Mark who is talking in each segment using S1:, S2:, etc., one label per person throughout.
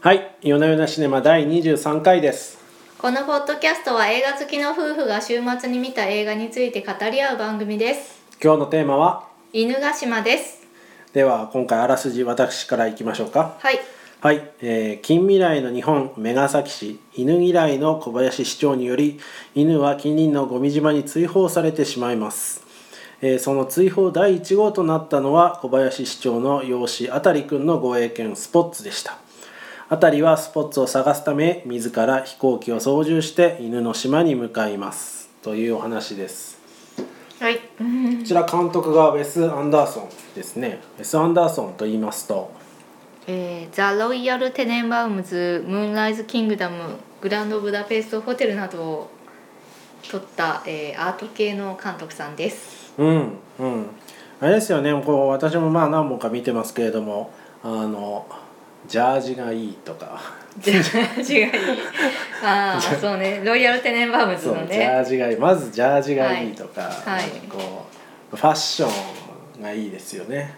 S1: はい、夜な夜なシネマ第23回です。
S2: このポッドキャストは映画好きの夫婦が週末に見た映画について語り合う番組です
S1: 今日のテーマは、
S2: 犬ヶ島です
S1: では今回あらすじ私からいきましょうか。
S2: はい
S1: はい、えー近未来の日本目ヶ崎市犬嫌いの小林市長により犬は近隣のゴミ島に追放されてしまいます、えーその追放第1号となったのは小林市長の養子あたりくんの護衛犬スポッツでしたあたりはスポッツを探すため自ら飛行機を操縦して犬の島に向かいますというお話です
S2: はい
S1: こちら監督がウェス・アンダーソンですねウェス・アンダーソンと言いますと
S2: えー、ザ・ロイヤル・テネンバウムズ・ムーンライズ・キングダムグランド・ブダペスト・ホテルなどを撮った、えーアート系の監督さんです
S1: うんうんあれですよねこう私もまあ何本か見てますけれどもあのジャージがいいとか
S2: じゃあ 違い ああそうねロイヤル・テネンバウムズ
S1: そう
S2: の
S1: ジャ
S2: ね
S1: ージがいいまずジャージがいいとか、
S2: はいはい
S1: なんかこうファッションがいいですよね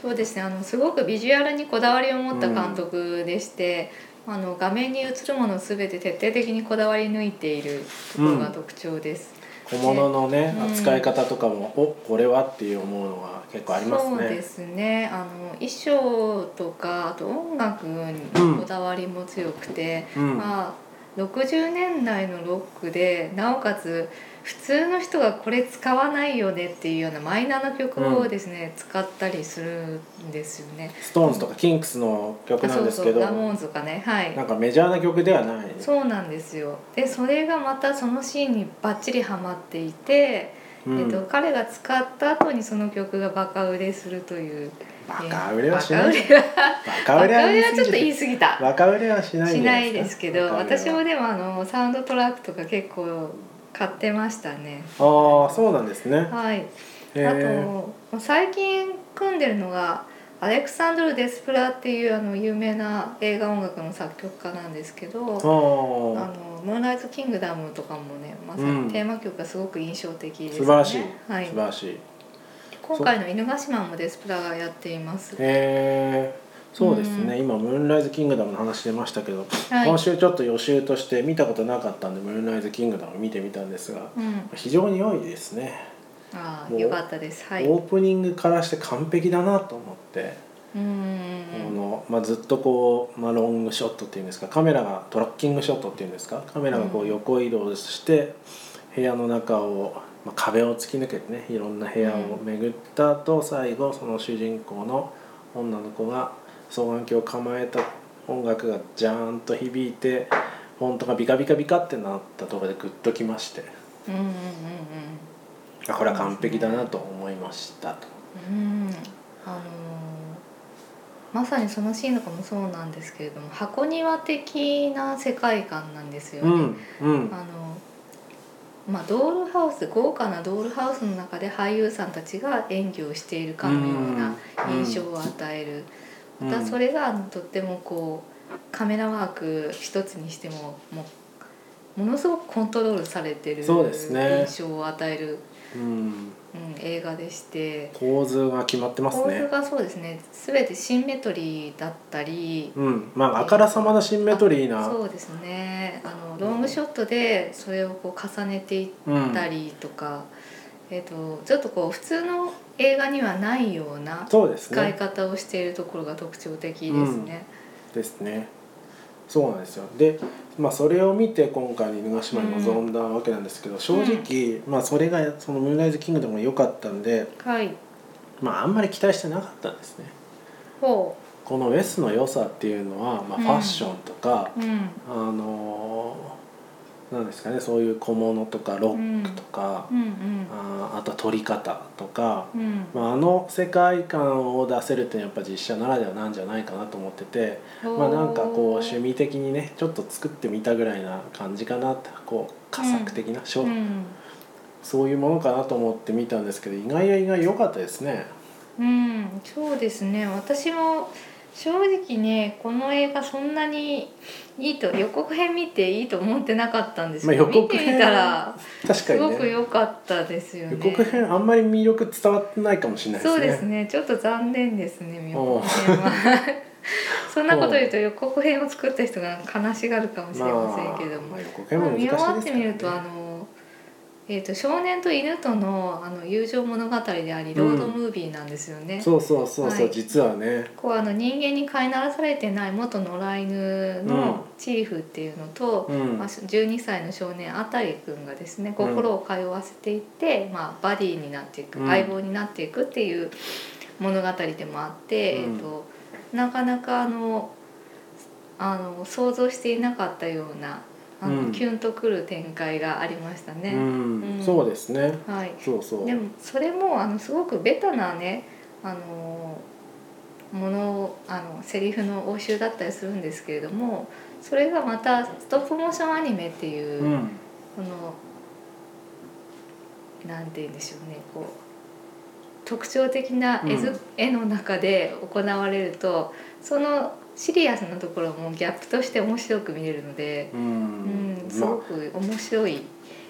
S2: そうですねあのすごくビジュアルにこだわりを持った監督でして、あの画面に映るもの全て徹底的にこだわり抜いているところが特徴です、
S1: 小物のね
S2: うん
S1: 扱い方とかも、おこれはっていう思うのが結構あります
S2: そうで
S1: ね
S2: すねあの衣装とかあと音楽にこだわりも強くて、
S1: うん
S2: まあ、60年代のロックでなおかつ普通の人がこれ使わないよねっていうようなマイナーな曲をですね、使ったりするんですよね。
S1: ストーンズとかキンクスの曲
S2: あ
S1: なん
S2: そう
S1: です
S2: そ
S1: け
S2: う
S1: ど
S2: ラモーンズとかねはい
S1: なんかメジャーな曲ではない
S2: そうなんですよでそれがまたそのシーンにバッチリハマっていて、
S1: うん
S2: えっと、彼が使った後にその曲がバカ売れするという
S1: バカ売れはしない
S2: バカ売れは
S1: バカ売れは
S2: バカ売れはちょっ
S1: 言
S2: と言
S1: い
S2: い過ぎた
S1: 過ぎバカ売れはしない
S2: し
S1: んじゃ
S2: ないですけ
S1: バ
S2: ど
S1: カ売れは
S2: 私もでもあのサウンドトラックとか結構買ってましたね
S1: ああそうなんですね。
S2: はい
S1: へー
S2: あと最近組んでるのがアレクサンドル・デスプラっていうあの有名な映画音楽の作曲家なんですけど
S1: あー
S2: あの「ムーンライト・キングダム」とかもねまさ
S1: うん
S2: にテーマ曲がすごく印象的ですね、
S1: 素晴らしい、
S2: はい
S1: 素晴、らしい。
S2: 今回の「犬ヶ島」もデスプラがやっています
S1: えー、そうですね、
S2: う
S1: 今「ムーンライズ・キングダム」の話出ましたけど、
S2: はい
S1: 今週ちょっと予習として見たことなかったんで「ムーンライズ・キングダム」見てみたんですが
S2: うん
S1: 非常に良いですね、
S2: ああ
S1: お
S2: よかったですはい
S1: オープニングからして完璧だなと思って、
S2: うん
S1: このまあ、ずっとこう、まあ、ロングショットっていうんですかカメラがトラッキングショットっていうんですかカメラがこ
S2: う
S1: うん横移動して部屋の中を、まあ、壁を突き抜けてねいろんな部屋を巡った後、最後その主人公の女の子が双眼鏡を構えた音楽がジャーンと響いてフォントがビカビカビカってなったところでグッときまして
S2: うんうん
S1: あこれは完璧だなと思いましたと。
S2: うんうんうんあのーまさにそのシーンとかもそうなんですけれども箱庭的な世界観なんですよ
S1: う
S2: ね、
S1: んうん
S2: あのまあ、ドールハウス豪華なドールハウスの中で俳優さんたちが演技をしているかのような
S1: うん
S2: 印象を与える、
S1: うん
S2: またそれがあのとってもこうカメラワーク一つにしてももうものすごくコントロールされてる
S1: そうですね
S2: 印象を与える
S1: うん、
S2: うん、映画でして
S1: 構図が決まってますね。
S2: 構図がそうですね全てシンメトリーだったり。
S1: うん、まああからさまなシンメトリーな、
S2: そうですねあのロングショットでそれをこう重ねていって
S1: うん、
S2: ったりとか、えっとちょっとこう普通の映画にはないような
S1: そうです
S2: 使い
S1: ね。
S2: 方をしているところが特徴的ですね。
S1: ですね。そうなんですよ。で、まあそれを見て今回の犬ヶ島に臨んだわけなんですけど、正直、まあそれがそのムーンライズキングダムが良かったんで、
S2: はい
S1: まああんまり期待してなかったんですね。
S2: ほ
S1: このウェスの良さっていうのは、まあ
S2: うん
S1: ファッションとか、
S2: う、うん
S1: あのーなんですかね、そういう小物とかロックとか、
S2: うんうん
S1: あーあとは撮り方とか、
S2: うん
S1: まあ、あの世界観を出せるっていうのはやっぱ実写ならではなんじゃないかなと思ってて、まあ、なんかこう趣味的にねちょっと作ってみたぐらいな感じかなってこう佳作的な、しょ
S2: うんうん
S1: そういうものかなと思って見たんですけど意外や意外良かったですね。
S2: うん、そうですね私も正直ねこの映画そんなにいいと予告編見ていいと思ってなかったんですけど、
S1: まあ予告
S2: 見
S1: 編
S2: てみたら
S1: 確か
S2: す
S1: に
S2: ご
S1: ね
S2: く良かったですよね。
S1: 予告編あんまり魅力伝わってないかもしれないですね。
S2: そうですねちょっと残念ですね見
S1: おう
S2: 本はそんなこと言うと予告編を作った人が悲しがるかもしれませんけども、
S1: まあ、予告
S2: で
S1: 編も
S2: も
S1: 難しい
S2: 見
S1: ですから
S2: 終
S1: ね
S2: わってみるとあの、えー、と少年と犬とのあの友情物語でありロードムービーなんですよね。
S1: そうそうそうそう、
S2: はい
S1: 実はね
S2: こうあの人間に飼いならされてない元野良犬のチーフっていうのと、
S1: うん
S2: まあ、12歳の少年あたりくんがですね心を通わせていって、まあ、バディになっていく、
S1: うん
S2: 相棒になっていくっていう物語でもあって、
S1: うん
S2: えー、となかなかあのあの想像していなかったようなあの、
S1: うん
S2: キュンとくる展開がありました
S1: う
S2: ね。
S1: ん、
S2: うん
S1: そうですね
S2: はい
S1: そうそう
S2: でもそれもあのすごくベタなねあのものあのセリフの応酬だったりするんですけれどもそれがまたストップモーションアニメっていうう、
S1: ん
S2: このなんて言うんでしょうねこう特徴的な絵,、
S1: うん
S2: 絵の中で行われるとそのシリアスなところもギャップとして面白く見れるので、
S1: う
S2: うんん、すごく面白い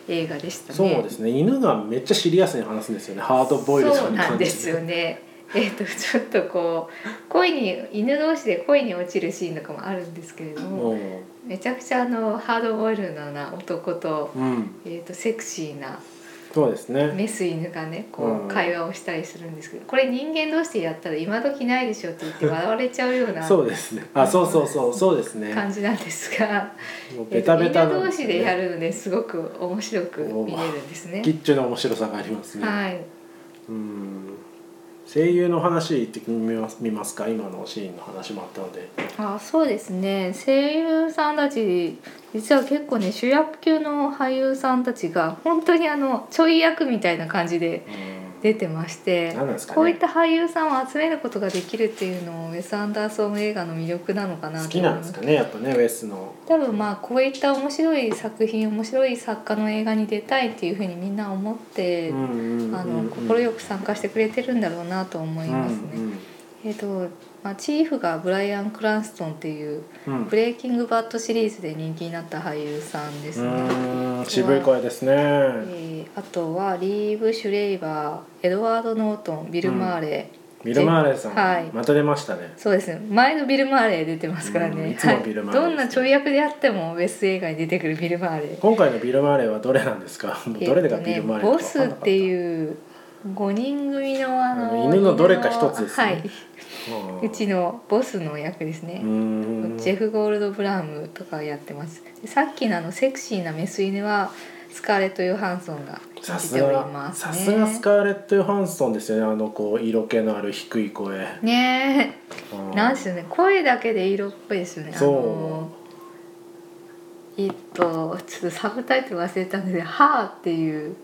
S2: 映画でしたね。
S1: そうですね犬がめっちゃシリアスに話すんですよねハードボイルド
S2: そうなんですよね。えっとちょっとこう恋に犬同士で恋に落ちるシーンとかもあるんですけれども、
S1: も
S2: めちゃくちゃあのハードボイルドな男と,、
S1: う、うん、
S2: えっとセクシーな
S1: そうですね
S2: メス犬がねこ
S1: うん
S2: う会話をしたりするんですけどこれ人間同士でやったら今時ないでしょって 言って笑われちゃうような
S1: そうですねあそうそうそうそうですね
S2: 感じなんですが、
S1: もう
S2: え
S1: ベ
S2: っと
S1: タベタ
S2: 犬
S1: なん
S2: 同
S1: です
S2: 士
S1: よ
S2: でや
S1: ね
S2: るのですごく面白く見れるんですね
S1: キ。ッチュの面白さがありますね、
S2: はい
S1: うん声優の話言ってみます見ますか今のシーンの話もあったので
S2: あそうですね声優さんたち実は結構ね主役級の俳優さんたちが本当にあのちょい役みたいな感じで
S1: うん
S2: 出てまして、
S1: 何なんですかね
S2: こういった俳優さんを集めることができるっていうのもウェス・アンダーソン映画の魅力なのかな
S1: 好
S2: と
S1: き
S2: 思い
S1: なん
S2: ま
S1: です
S2: す
S1: かねやっぱねウェスの
S2: 多分まあこういった面白い作品面白い作家の映画に出たいっていうふうにみんな思って、あの快く参加してくれてるんだろうなと思いますね。えっ、と、まあ、チーフがブライアン・クランストンっていうブレイキングバッドシリーズで人気になった俳優さんですね。
S1: うん渋い声ですね、
S2: えーあとはリーブ・シュレイバーエドワード・ノートンビル・マーレー、
S1: ビル・マーレーさん、
S2: はい
S1: また出ましたね
S2: そうですね前のビル・マーレー出てますから
S1: うん
S2: ね、
S1: いつも
S2: はい
S1: ビルマーレー
S2: どんなちょい役であってもウェス映画に出てくるビル・マーレー
S1: 今回のビル・マーレーはどれなんですかもうどれがビル・マーレー
S2: えっとねボ
S1: か分
S2: ス
S1: かん
S2: っ
S1: なかった
S2: ていう5人組のあ
S1: あの
S2: の
S1: 犬のどれか一つですね
S2: はい、うちのボスの役ですね、
S1: うん
S2: ジェフ・ゴールド・ブラウムとかやってますでさっきのあのセクシーなメス犬はスカーレット・ヨハンソンが
S1: さ
S2: 演じ
S1: す
S2: ており
S1: が
S2: ます
S1: さ
S2: ね
S1: すがスカーレット・ヨハンソンですよねあのこう色気のある低い声、
S2: ね
S1: う
S2: えなんですよね声だけで色っぽいですよね
S1: そう
S2: あのえっとちょっとサブタイトル忘れたんですけど「ハー」っていう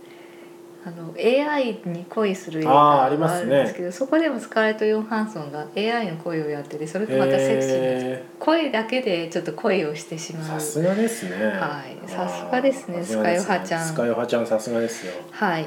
S2: あの AI に恋する映画
S1: あー
S2: が
S1: あ
S2: あ
S1: り
S2: る
S1: ます
S2: ん
S1: ね
S2: ですけどそこでもスカーレット・ヨハンソンが AI の声をやっててそれがまたセクシーなんです
S1: へ
S2: 声だけでちょっと恋をしてし
S1: ー
S2: ま
S1: さ
S2: う
S1: すがですね
S2: はいさすがですね
S1: あーさすがですね
S2: スカヨハちゃん
S1: スカヨハちゃんさすがですよ
S2: はい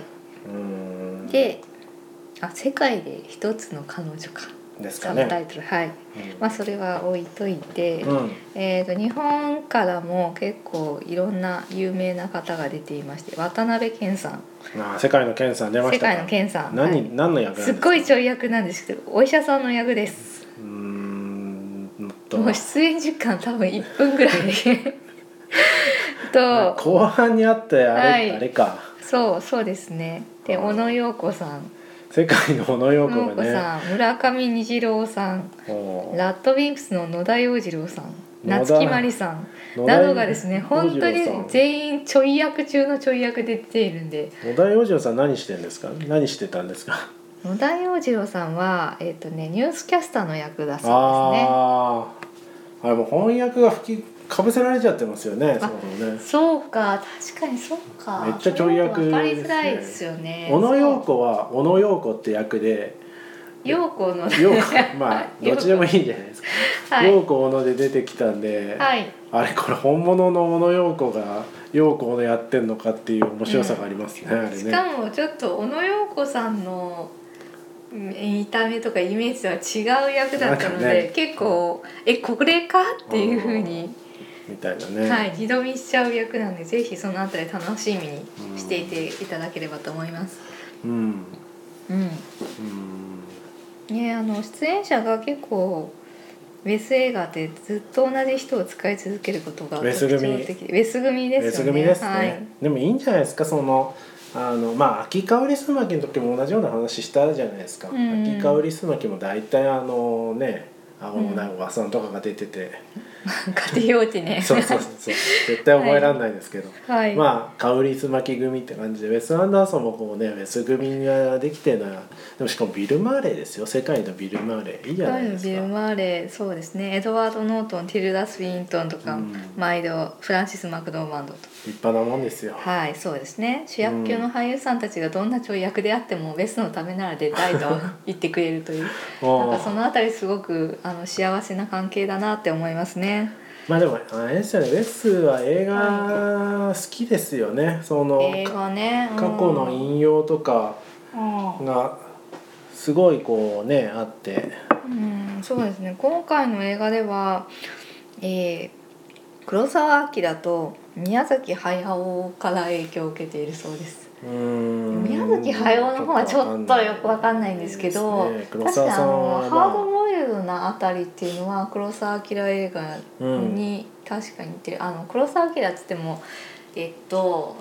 S1: うん
S2: で「あ世界で一つの彼女か」
S1: です
S2: サ
S1: か
S2: ブタ
S1: ね
S2: イトル、はい、まあ、それは置いといて、
S1: うんうん
S2: えー、と日本からも結構いろんな有名な方が出ていまして渡辺謙さん
S1: あー世界のケンさん出ま
S2: 世
S1: したか
S2: 界の謙さん
S1: 何、
S2: はい
S1: 何の役なんですす
S2: っ
S1: か
S2: ごいちょい役なんですけどお医者さんの役です
S1: うーんと
S2: もう出演時間多分1 分ぐらいと
S1: 後半にあってあれ,、
S2: はい
S1: あれか
S2: そうそうですねで小野陽子さん
S1: 世界の小野洋
S2: 小
S1: 子
S2: 野陽子
S1: がね
S2: さん村上虹郎さん
S1: おー
S2: ラッドウィンプスの野田洋次郎さん
S1: 野田
S2: 夏木マリさん
S1: 野田
S2: などがですね本当に
S1: 洋次郎さん
S2: 全員ちょい役中のちょい役で出ているんで
S1: 野田洋次郎さん何してんですか何してたんですか
S2: 野田洋次郎さんは、えっとね、ニュースキャスターの役だそうですね。
S1: あーあれもう翻訳が吹きかぶせられちゃってますよねそもそもね
S2: そうか確かにそうか
S1: めっちゃちょい役
S2: それは分かりづらいですよね
S1: 小野洋
S2: 陽
S1: 子は小野洋子って役で
S2: 陽子の
S1: 洋子まあどっちでもいいんじゃないですか
S2: はい、
S1: 洋子小野で出てきたんで、
S2: はい、
S1: あれこれ本物の小野洋子が洋子小野やってんのかっていう面白さがありますね、あれね
S2: しかもちょっと小野陽子さんのうん見た目とかイメージとは違う役だったので、
S1: なんかね
S2: 結構「えこれか?」っていうふうに、
S1: みたいなね、
S2: はい、二度見しちゃう役なんでぜひそのあたり楽しみにしていていただければと思います。
S1: うん
S2: うん
S1: うん
S2: ね、あの出演者が結構ウェス映画でずっと同じ人を使い続けることが
S1: ウェス組
S2: 特徴的ウェス組ですよね
S1: 別組ですね、
S2: はい、
S1: でもいいんじゃないですかそのあのまあ秋香りすまきの時も同じような話したじゃないですか、
S2: うん
S1: 秋香りすまきも大体あのね青のな
S2: う
S1: いおばさんとかが出て て、
S2: 家庭用地ね
S1: そうそうそうそう絶対覚えられないですけど、
S2: はい、
S1: まあ香りすまき組って感じでウェス・アンダーソンもこうねウェス組ができてるのはでもしかもビル・マーレーですよ世界のビル・マーレーいいじゃないですか。
S2: ビル・マーレーそうですねエドワード・ノートンティルダ・スウィントンとか、
S1: うん
S2: 毎度フランシス・マクドーマンドと
S1: 立派なもんですよ、
S2: はいそうですね主役級の俳優さんたちがどんな跳役であっても、ウェスのためなら出 たいと言ってくれるという
S1: も
S2: な
S1: うん
S2: かそのあたりすごくあの幸せな関係だなって思いますね
S1: まあでもあれですよねウェスは映画好きですよね、その
S2: 映画ね
S1: 過去の
S2: い
S1: 引用とか
S2: う
S1: がすごいこうねあって
S2: ん、うん、そうですね今回の映画では、えー、黒澤明と宮崎駿から影響を受けているそうです
S1: うーん
S2: 宮崎駿の方はちょっとよくわかんないんですけど
S1: ですね黒
S2: 確かに
S1: 沢
S2: あ
S1: さん
S2: の
S1: は、ま
S2: ハ
S1: あ
S2: ードボイルドなあたりっていうのは黒澤明映画に確かに似てる、あの黒澤明っつってもえっと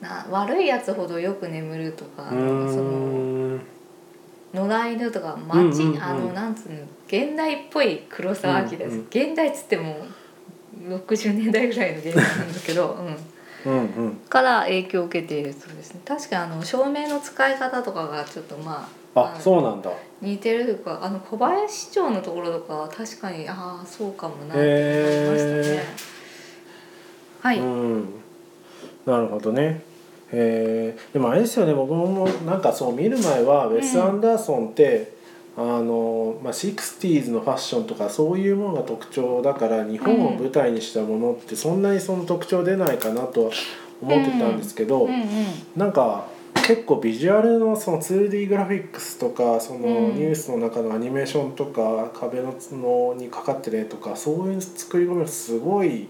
S2: な悪いやつほどよく眠るとか
S1: う
S2: その
S1: ーん
S2: 野良犬とか
S1: うんうん
S2: 町、
S1: うん
S2: あのなんつうの現代っぽい黒澤明です、
S1: うんうん
S2: 現代っつっても60年代ぐらいの現代なんだけ ど、うん、
S1: うんうん
S2: から影響を受けているそうですね確かにあの照明の使い方とかがちょっとまあ
S1: あ
S2: の
S1: そうなんだ
S2: 似てるというかあの小林市長のところとかは確かにああそうかもなと思いましたね、
S1: へ
S2: はい、
S1: うん、なるほどね、えーでもあれですよね僕もなんかそう見る前はウェス・アンダーソンって、あのまあ、60s のファッションとかそういうものが特徴だから日本を舞台にしたものってそんなにその特徴出ないかなとは思ってたんですけど、
S2: うんうん
S1: なんか結構ビジュアルのその 2D グラフィックスとかその
S2: うん
S1: ニュースの中のアニメーションとか壁ののにかかってる絵とかそういう作り込みがすごい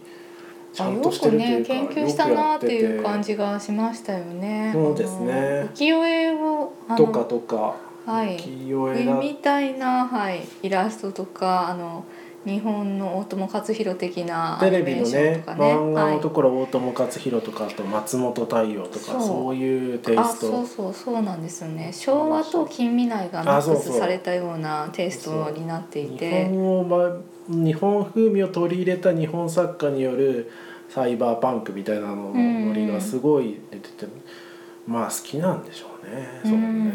S1: ちゃんとしてるというか
S2: あよくね研究したなってい
S1: よ
S2: う
S1: くや
S2: 感
S1: ってて
S2: じがしましたよね
S1: そうですね
S2: あの浮世絵をあの
S1: とかとか
S2: はい
S1: 浮世絵だ
S2: みたいな、はい、イラストとかあの日本の大友克洋的なア
S1: テ
S2: ニ
S1: レ
S2: メ
S1: ビ
S2: ー
S1: の
S2: ション
S1: ね
S2: とかね
S1: 漫画
S2: はい
S1: のところ大友克洋とかあと松本太陽と
S2: そ
S1: か
S2: う
S1: そういうテイ
S2: あ
S1: ス
S2: そ
S1: ト
S2: うそうそうなんですよね昭和と近未来がミッ
S1: あそう
S2: ク
S1: そ
S2: ス
S1: う
S2: されたようなテイストになってい
S1: 日
S2: て
S1: 本を、ま、日本風味を取り入れた日本作家によるサイバーパンクみたいなののノリがすごい出てて、まあ好きなんでしょうね
S2: う
S1: それ
S2: ん
S1: ね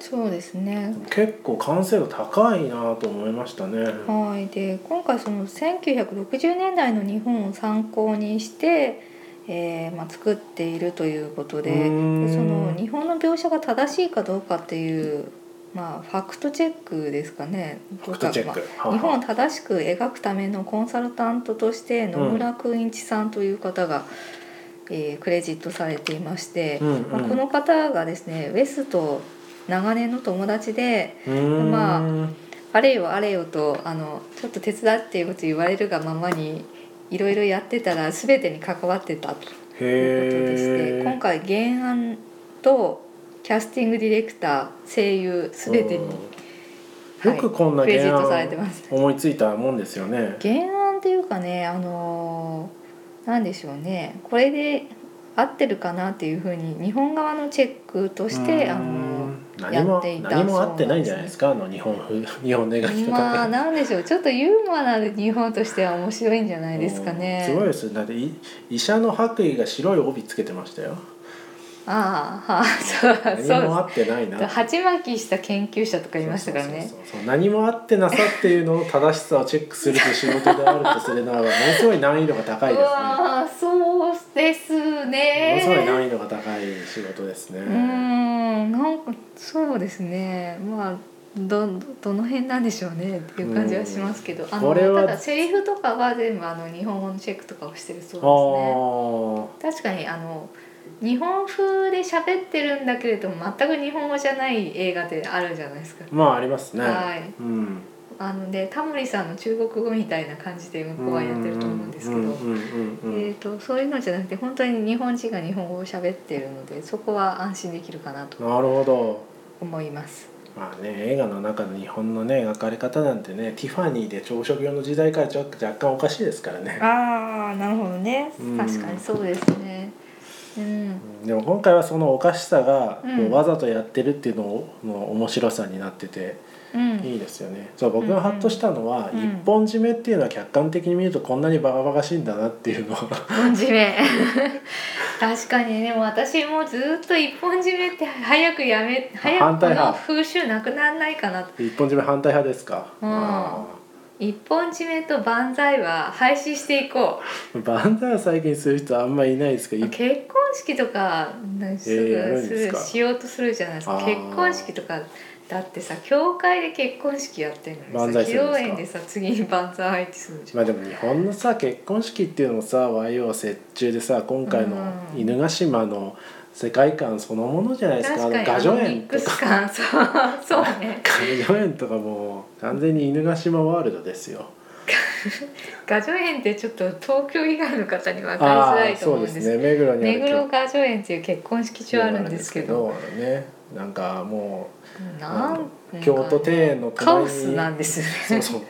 S2: そうですね
S1: 結構完成度高いなと思いましたね。
S2: はいで今回その1960年代の日本を参考にして、えーまあ、作っているということで
S1: うーん
S2: でその日本の描写が正しいかどうかっていう、まあ、ファクトチェックですかね。
S1: ファクトチェック。は
S2: 日
S1: いは
S2: 本
S1: い
S2: を正しく描くためのコンサルタントとして野村君一さんという方が、えークレジットされていまして、
S1: うんうん
S2: まあ、この方がですねウェスと長年の友達で
S1: うーん
S2: まあれよあれよとあのちょっと手伝ってよと言われるがままにいろいろやってたら全てに関わってたと
S1: へ
S2: いうことでして
S1: え。
S2: 今回原案とキャスティングディレクター声優全てに
S1: うんよくこんな
S2: クレジ
S1: 原
S2: ットされて
S1: 案
S2: ます。
S1: 思いついたもんですよね。
S2: 原案っていうかねあのーなんでしょうねこれで合ってるかなっていうふうに日本側のチェックとして
S1: うー
S2: あの
S1: ん何も
S2: やっていた
S1: 何も合ってないんじゃないですかあの日本風日本の描き方が。
S2: まあなんでしょうちょっとユーモアな日本としては面白いんじゃないですかね。
S1: うんすごいですよだってい医者の白衣が白い帯つけてましたよ
S2: ああはあそうそうで
S1: 何
S2: す
S1: も合ってないな
S2: 鉢巻きした研究者とかいましたからね
S1: そうそうそうそう何も合ってなさっていうのの正しさをチェックするという仕事であるとするならばものすごい難易度が高いです
S2: う
S1: ね
S2: わーそうです
S1: ものすごい難
S2: ね
S1: 易度が高い仕事ですね
S2: うーんなんかそうですねまあどどの辺なんでしょうねっていう感じはしますけど、あの
S1: これは
S2: ただセリフとかは全部あの日本語のチェックとかをしてるそう
S1: あ
S2: ですね
S1: ー
S2: 確かにあの日本風で喋ってるんだけれども全く日本語じゃない映画ってあるじゃないですか、
S1: まあありますね
S2: はい
S1: うん
S2: あのでタモリさんの中国語みたいな感じで向こうはやってると思うんですけど、
S1: うんうんうんうん
S2: えー、とそういうのじゃなくて本当に日本人が日本語を喋ってるのでそこは安心できるかなと
S1: なるほど
S2: 思います。
S1: うまあね映画の中の日本のね描かれ方なんてねティファニーで朝食用の時代からちょ若干おかしいですからね、
S2: ああなるほどね
S1: うん
S2: 確かにそうですねうん
S1: うんでも今回はそのおかしさが
S2: うん
S1: こうわざとやってるっていうのの面白さになってて
S2: うん
S1: いいですよね、そう僕がハッとしたのは
S2: うん
S1: 一本締めっていうのは客観的に見るとこんなにバカバカしいんだなっていうのは
S2: 本締め 確かにねもう私もずっと一本締めって早くやめ早
S1: 反
S2: くこ
S1: 対
S2: の
S1: 派
S2: 風習なくならないかなと
S1: 一本締め反対派ですか、
S2: うん
S1: あ
S2: 一本締めと万歳は廃止していこ
S1: ー万歳は最近する人あんまりいないですけど
S2: う
S1: い
S2: 結婚式とかなんす
S1: えーやる
S2: ぐ
S1: ん
S2: す
S1: です
S2: ぐ
S1: か
S2: しようとするじゃないですか
S1: あー
S2: 結婚式とかだってさ教会で結婚式やってるの
S1: 万
S2: にさ
S1: 歳
S2: 披
S1: す
S2: 露
S1: るんですか
S2: 宴でさ次に万歳ってするじゃん
S1: まあでも日本のさ結婚式っていうのもさ和洋折衷でさ今回の
S2: うん
S1: 犬ヶ島の世界観そのものじゃないですか、
S2: 確
S1: あの
S2: か
S1: 画
S2: にあ
S1: 女
S2: のミ
S1: 園
S2: ック
S1: とか
S2: ス感そうそうね
S1: 画女園とかもう完全に犬ヶ島ワールドですよ
S2: 画女園ってちょっと東京以外の方に分かりづ
S1: あ
S2: ら
S1: あ
S2: い
S1: ー
S2: と
S1: そ
S2: 思
S1: う
S2: うん
S1: で
S2: です
S1: す
S2: けど
S1: ね目黒にあ
S2: 目
S1: る
S2: 黒画女園っていう結婚式場あるんですけど
S1: ねなんかも
S2: なんか
S1: う京都庭園の
S2: カ
S1: 隣
S2: オ
S1: に
S2: スなんですよ
S1: そうそ
S2: ね
S1: う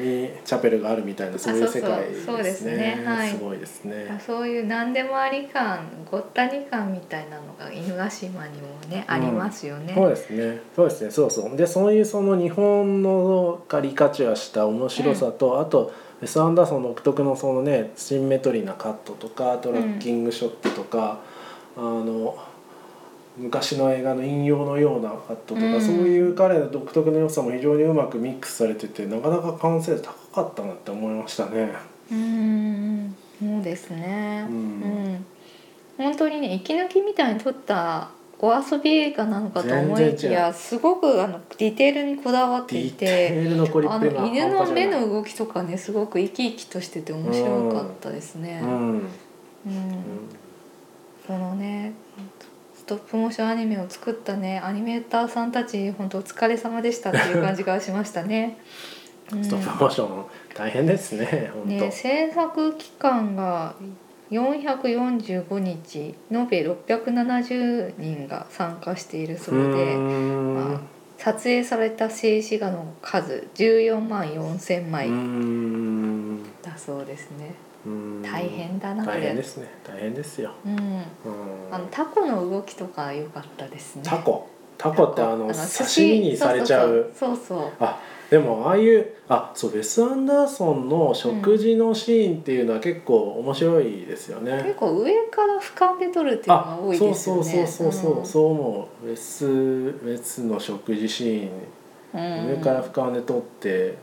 S1: にチャペルがあるみたいなそういう世界ですね
S2: そうそうそうですねはい
S1: すごいですね、
S2: そういう何でもあり感ごったに感みたいなのが犬ヶ島にもねありますよね、
S1: そうですね。そうですね。そうそう。で、そういうその日本のカリカチュアした面白さと、あと。ウェス・アンダーソンの独特のそのねシンメトリーなカットとかトラッキングショットとか、あの昔の映画の引用のようなカットとか、
S2: うん
S1: そういう彼の独特の良さも非常にうまくミックスされててなかなか完成度高かったなって思いましたね。
S2: うーんそうですね
S1: う
S2: うんん、本当にね息抜きみたいに撮ったお遊び映画なのかと思い
S1: 全
S2: き
S1: 然違
S2: やすごくあのディテールにこだわっ
S1: デ
S2: てい
S1: ィ
S2: て
S1: テールの凝りっ
S2: あ
S1: ぷ
S2: の
S1: りが半端じ
S2: 犬
S1: ゃない
S2: の目の動きとかねすごく生き生きとしてて面白かったですね。
S1: うん、
S2: うんこのねストップモーションアニメを作ったねアニメーターさんたち本当お疲れ様でしたっていう感じがしました ね。う
S1: うんん、ストップモーション大変ですね本当。
S2: ね制作期間が445日延べ670人が参加しているそううで。
S1: ーん
S2: まあ撮影された静止画の数14万4,000枚
S1: うーん
S2: だそうですね。
S1: うーん
S2: 大変だなこ
S1: 大変で
S2: れ。
S1: すね大変ですよ
S2: うん。
S1: うん
S2: あのタコの動きとか良かったですね。
S1: タコタコってあの
S2: 寿司
S1: 刺身にされちゃう
S2: そうそうそう。そう
S1: あでもああいうあそうベス・アンダーソンの食事のシーンっていうのは結構面白いですよ
S2: そう結
S1: ね、
S2: 構上から俯瞰で撮るっていうのが
S1: あ
S2: 多い
S1: そう
S2: です
S1: そ
S2: よ
S1: うそう
S2: ね。
S1: そうそう、そう思うベスベスの食事シーン
S2: うん。
S1: 上から俯瞰で撮って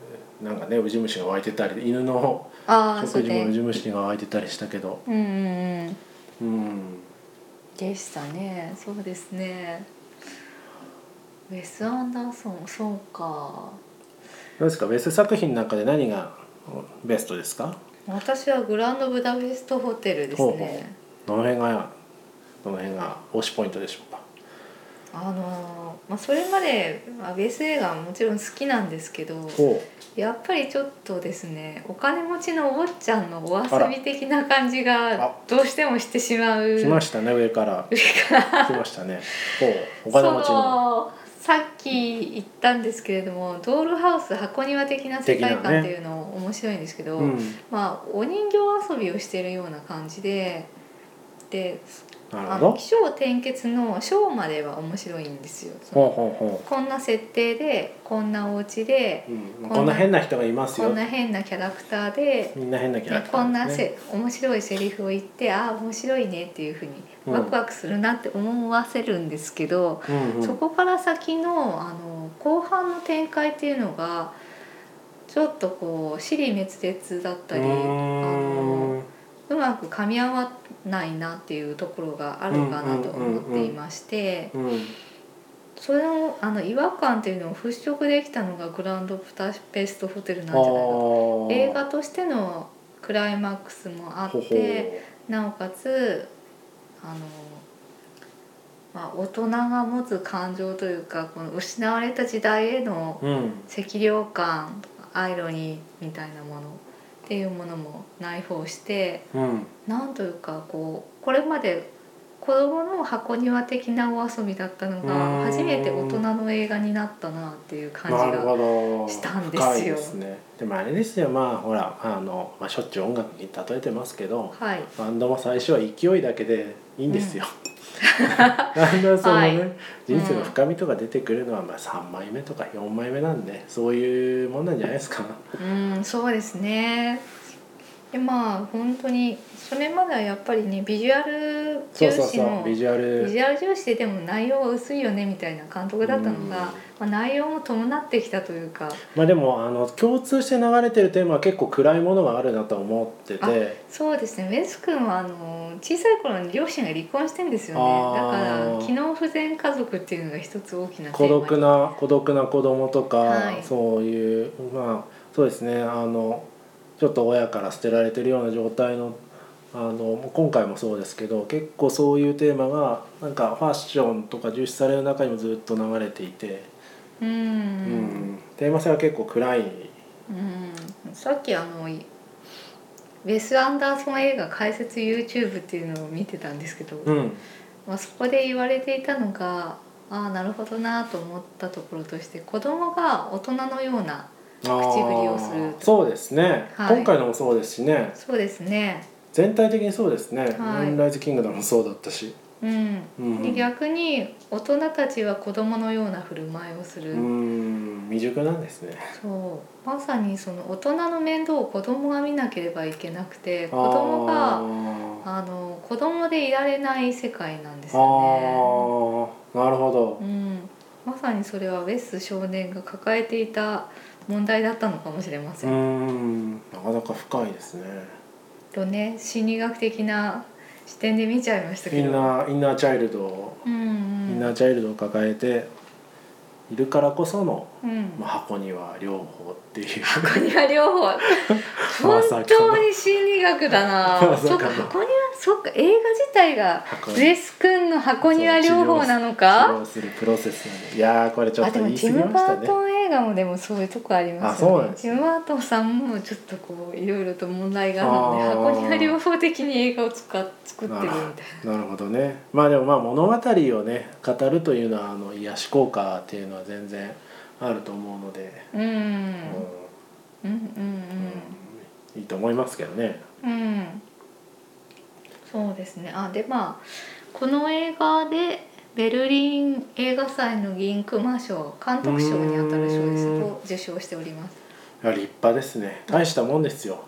S1: なんかねウジ虫が湧いてたり犬の
S2: ああそ
S1: 食
S2: う
S1: 事もウ
S2: ね。
S1: ジ虫が湧いてたりしたけど
S2: うんうんうん。
S1: うん
S2: でしたね。そうですね。ウェス・アンダーソンそうか。
S1: どうですかベスト作品の中で何がベストですか
S2: 私はグランドブダペストホテルですね。
S1: ほうほうどの辺がどの辺が推しポイントでしょうか
S2: あのーまあ、それまでまあベース映画はもちろん好きなんですけど
S1: ほ
S2: やっぱりちょっとですねお金持ちのお坊ちゃんのお遊び的な感じ
S1: あ
S2: がどうしてもしてしま
S1: う
S2: う
S1: 来ましたね上から来ましたねほうお金持ち
S2: そ
S1: の
S2: のさっき言ったんですけれどもドールハウス箱庭的な世界
S1: 的なね
S2: 観っていうの面白いんですけど、
S1: うん
S2: まあ、お人形遊びをしてるような感じで。で
S1: なる
S2: あ
S1: ほ
S2: の
S1: ど
S2: 起承転結の章までは面白いんですよ。
S1: ほうほうほ
S2: こんな設定でこんなお家で
S1: う、うん、こんな変な人がいます
S2: こ
S1: よ
S2: んな変なキャラクターで
S1: みんな変なキャラ
S2: で
S1: クタ
S2: こん
S1: ー
S2: な
S1: ですね
S2: せ面白いセリフを言ってああ面白いねっていうふうに
S1: うん
S2: ワクワクするなって思わせるんですけど、
S1: うんうん
S2: そこから先のあの後半の展開っていうのがちょっとこう尻滅裂だったり
S1: う
S2: あ
S1: ー
S2: の
S1: ん
S2: うまく噛み合わないなっていうところがあるかなと思っていまして。
S1: うん
S2: それのあの違和感っていうのを払拭できたのがグランドブダペストホテルなんじゃないかと
S1: あ
S2: 映
S1: っ
S2: 画としてのクライマックスもあって
S1: ほほう
S2: なおかつあの、まあ、大人が持つ感情というかこの失われた時代への
S1: うん
S2: 赤涼感アイロニーみたいなものっていうものも内包して
S1: うん
S2: なんというかこうこれまで子供の箱庭的なお遊びだったの
S1: う
S2: が
S1: ん
S2: 初めて大人の映画になったなっていう感じ
S1: なる
S2: が
S1: ほど
S2: したんですよ
S1: 深いですねでもあれですよまあほらあの、まあ、しょっちゅう音楽に例えてますけど
S2: はい
S1: バンドも最初は勢いだけでいいんですよ、だんだんそのね、
S2: はい
S1: 人生の深みとか出てくるのはまあ3枚目とか4枚目なんでそういうもんなんじゃないですか
S2: うんそうですねでまあ本当にそれまではやっぱりねビジュアル
S1: そう
S2: 重
S1: そう
S2: 視
S1: そ
S2: の
S1: うビジュアル
S2: ビジュアル重視ででも内容は薄いよねみたいな監督だったの
S1: うん
S2: が、まあ、内容も伴ってきたというか
S1: まあでもあの共通して流れてるテーマは結構暗いものがあるなと思ってて
S2: あそうですねメス君はあの小さい頃に両親が離婚してんですよ
S1: あ
S2: ねだ
S1: ー
S2: から機能不全家族っていうのが一つ大きな
S1: 孤独
S2: に
S1: な孤独な子供とか、
S2: はい
S1: そういうまあそうですねあのちょっと親から捨てられてるような状態のあの今回もそうですけど結構そういうテーマがなんかファッションとか重視される中にもずっと流れていて、
S2: うん
S1: うんテーマ性は結構暗い
S2: うんさっきあのいウェス・アンダーソン映画解説 YouTube っていうのを見てたんですけど、
S1: うん
S2: まあ、そこで言われていたのがああなるほどなと思ったところとして子供が大人のような口
S1: あ
S2: ぶり
S1: ー
S2: をする
S1: そうですね、
S2: はい
S1: 今回のもそうですしね
S2: そうですね
S1: 全体的にそうですね「
S2: はい
S1: ムーンライズ・キングダム」もそうだったし。
S2: うん
S1: うん
S2: で逆に大人たちは子供のような振る舞いをす
S1: う
S2: る、
S1: ん未熟なんですね。
S2: そうまさにその大人の面倒を子供が見なければいけなくて子
S1: 子
S2: 供が
S1: あ
S2: あの子供でいられない世界なんです
S1: ー
S2: よ
S1: あ
S2: ね。
S1: ーなるほど
S2: う。ん、まさにそれはウェス少年が抱えていた問題だったのかもしれませ。
S1: うんんなかなか深いですね。
S2: とね心理学的な視点で見ちゃいました
S1: イ
S2: けど。
S1: ンナーインナーチャイルドを、
S2: うん
S1: イ
S2: うん
S1: ンナーチャイルドを抱えているからこその、
S2: うん
S1: まあ、箱には両方っていう。
S2: 箱庭療法本当に心理学だ
S1: まさかの
S2: なそっか箱庭そっか映画自体が
S1: 箱
S2: ウェス君の箱庭療法なのか
S1: 治療するプロセスなんでいやーこれちょ
S2: あ
S1: っと言
S2: でも
S1: い
S2: テ
S1: 過
S2: ィ
S1: ぎま
S2: ム・
S1: し
S2: バ
S1: た
S2: ー
S1: ね。
S2: トン映画もでもそういうとこあります
S1: あそう
S2: よ
S1: な
S2: ね
S1: んです
S2: テ
S1: ね
S2: ィム・バートンさんもちょっとこういろいろと問題が
S1: あ
S2: ある
S1: ー
S2: ので箱庭療法的に映画を作っ作ってるみたいな
S1: なるほどねまあでもまあ物語をね語るというのはあの癒し効果っていうのは全然あると思うので、
S2: うん
S1: うん
S2: うんうん
S1: いいと思いますけどね。
S2: うんうんそうですねあでまあこの映画でベルリン映画祭の銀熊賞監督賞にあたる賞で
S1: う
S2: す
S1: ーん
S2: を受賞しております
S1: いや立派ですね。大したもんです よ。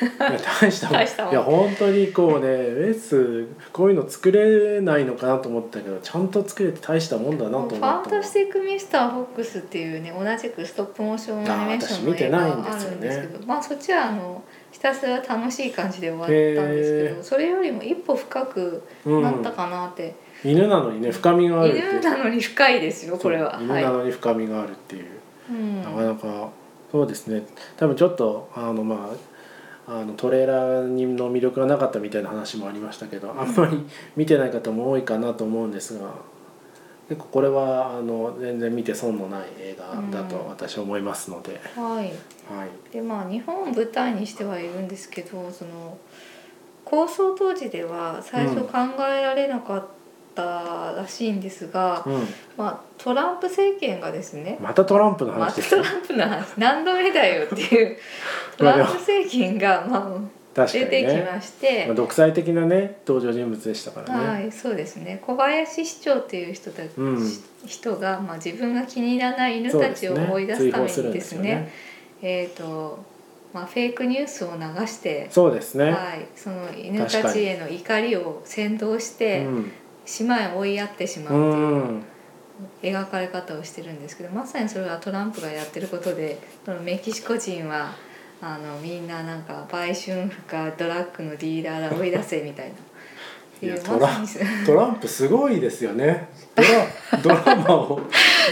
S1: いや大したもん。
S2: 大したもん
S1: いや本当にこうね、ウェスこういうの作れないのかなと思ったけど、ちゃんと作れて大したもんだなと
S2: フ
S1: 思った。
S2: ァンタスティック・ミスター・フォックスっていうね同じくストップモーションアニメーションの映画があるんですけ
S1: あ私見てないん
S2: どまあそっちはあのひたすら楽しい感じで終わったんですけ
S1: へー
S2: どそれよりも一歩深く
S1: うん
S2: なったかなって、
S1: 犬なのにね深みがあるっていう
S2: 犬なのに深いですよこれは。
S1: そう
S2: は
S1: 犬
S2: い
S1: なのに深みがあるっていう。
S2: うん
S1: なかなかそうですね多分ちょっとあのまああのトレーラーにの魅力がなかったみたいな話もありましたけどあんまり見てない方も多いかなと思うんですが結構これはあの全然見て損のない映画だと
S2: うん
S1: 私は思いますので、
S2: はい
S1: はい、
S2: でまあ日本を舞台にしてはいるんですけどその構想当時では最初
S1: うん
S2: 考えられなかったらしいんですが、
S1: うん、
S2: まあ、トランプ政権がですね
S1: またトランプの
S2: まあ
S1: 話で
S2: ト
S1: すね
S2: ランプの話何度目だよっていう ト
S1: まあで
S2: ラ
S1: も
S2: ンプ政権がまあ
S1: 確か
S2: 出
S1: に
S2: てき
S1: ね、
S2: まして
S1: まあ、独裁的なね登場人物でしたからね、
S2: はいそうですね小林市長っていう人たち、
S1: うん
S2: 人が、まあ、自分が気に入らない犬
S1: そう
S2: た
S1: で
S2: ち
S1: す
S2: を
S1: ね
S2: 追い出すため
S1: 追放る
S2: に
S1: ん
S2: です
S1: よ
S2: ねえーとまあ、フェイクニュースを流して
S1: そうですね、
S2: はい、その犬たちへの怒りを先導し
S1: う
S2: て
S1: ん
S2: 島へ追いやってしま
S1: う
S2: うん描かれ方をしてるんですけどまさにそれはトランプがやってることでそのメキシコ人はあのみんななんか売春婦かドラッグのディーラーら追い出せみたいな。っていう
S1: いや
S2: まさにそ
S1: トランプすごいですよね。ドラドラマを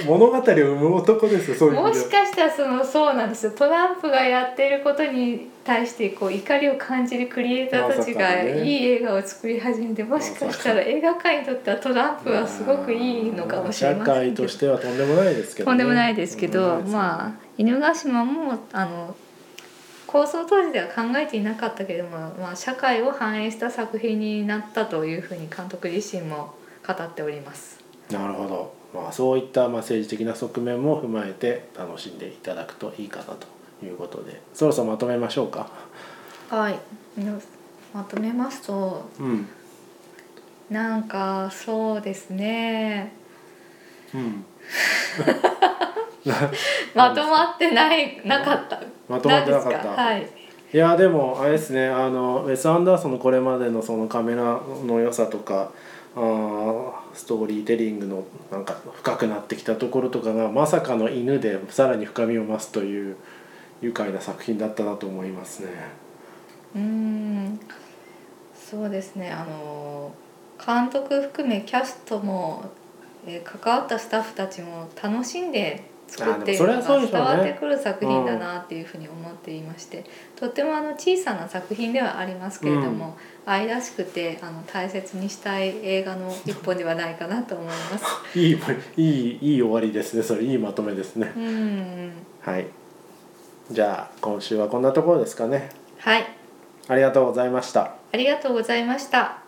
S1: 物語を生む男ですよ。そういう意
S2: も
S1: 味で
S2: し
S1: は
S2: かしたらそのそうなんですよトランプがやってることに対してこう怒りを感じるクリエイターたち
S1: まさ
S2: が
S1: かね
S2: いい映画を作り始めてもしかしたら映画界にとってはトランプはすごくいいのかもしれま
S1: 社
S2: せ
S1: 会
S2: んけ
S1: と
S2: ど
S1: してはとんでもないですけど、
S2: とんでもないですけど、
S1: とんでもないですよね
S2: まあ犬ヶ島もあの構想当時では考えていなかったけれども、まあ、社会を反映した作品になったというふうに監督自身も語っております。
S1: なるほど、まあ、そういったまあ政治的な側面も踏まえて楽しんでいただくといいかなということでそろそろまとめましょうか。
S2: はい、まとめますと
S1: うん
S2: なんかそうですね
S1: うん、
S2: まとまってないなかった
S1: まとまってなかった
S2: んですはい
S1: いやでもあれですねあのウェス・アンダーソンのこれまでのそのカメラの良さとかあーストーリーテリングのなんか深くなってきたところとかがまさかの犬でさらに深みを増すという愉快な作品だったなと思いますね。
S2: うーんそうですねあの監督含めキャストも、えー関わったスタッフたちも楽しんで作っているの
S1: あ
S2: が
S1: でもそれはそうでしょうね
S2: 伝わってくる作品だなっていうふうに思っていまして、とってもあの小さな作品ではありますけれども、愛らしくてあの大切にしたい映画の一本ではないかなと思い ます。
S1: いいいいいい終わりですねそれいいまとめですね。
S2: うん
S1: はいじゃあ今週はこんなところですかね。
S2: はい
S1: ありがとうございました。
S2: ありがとうございました。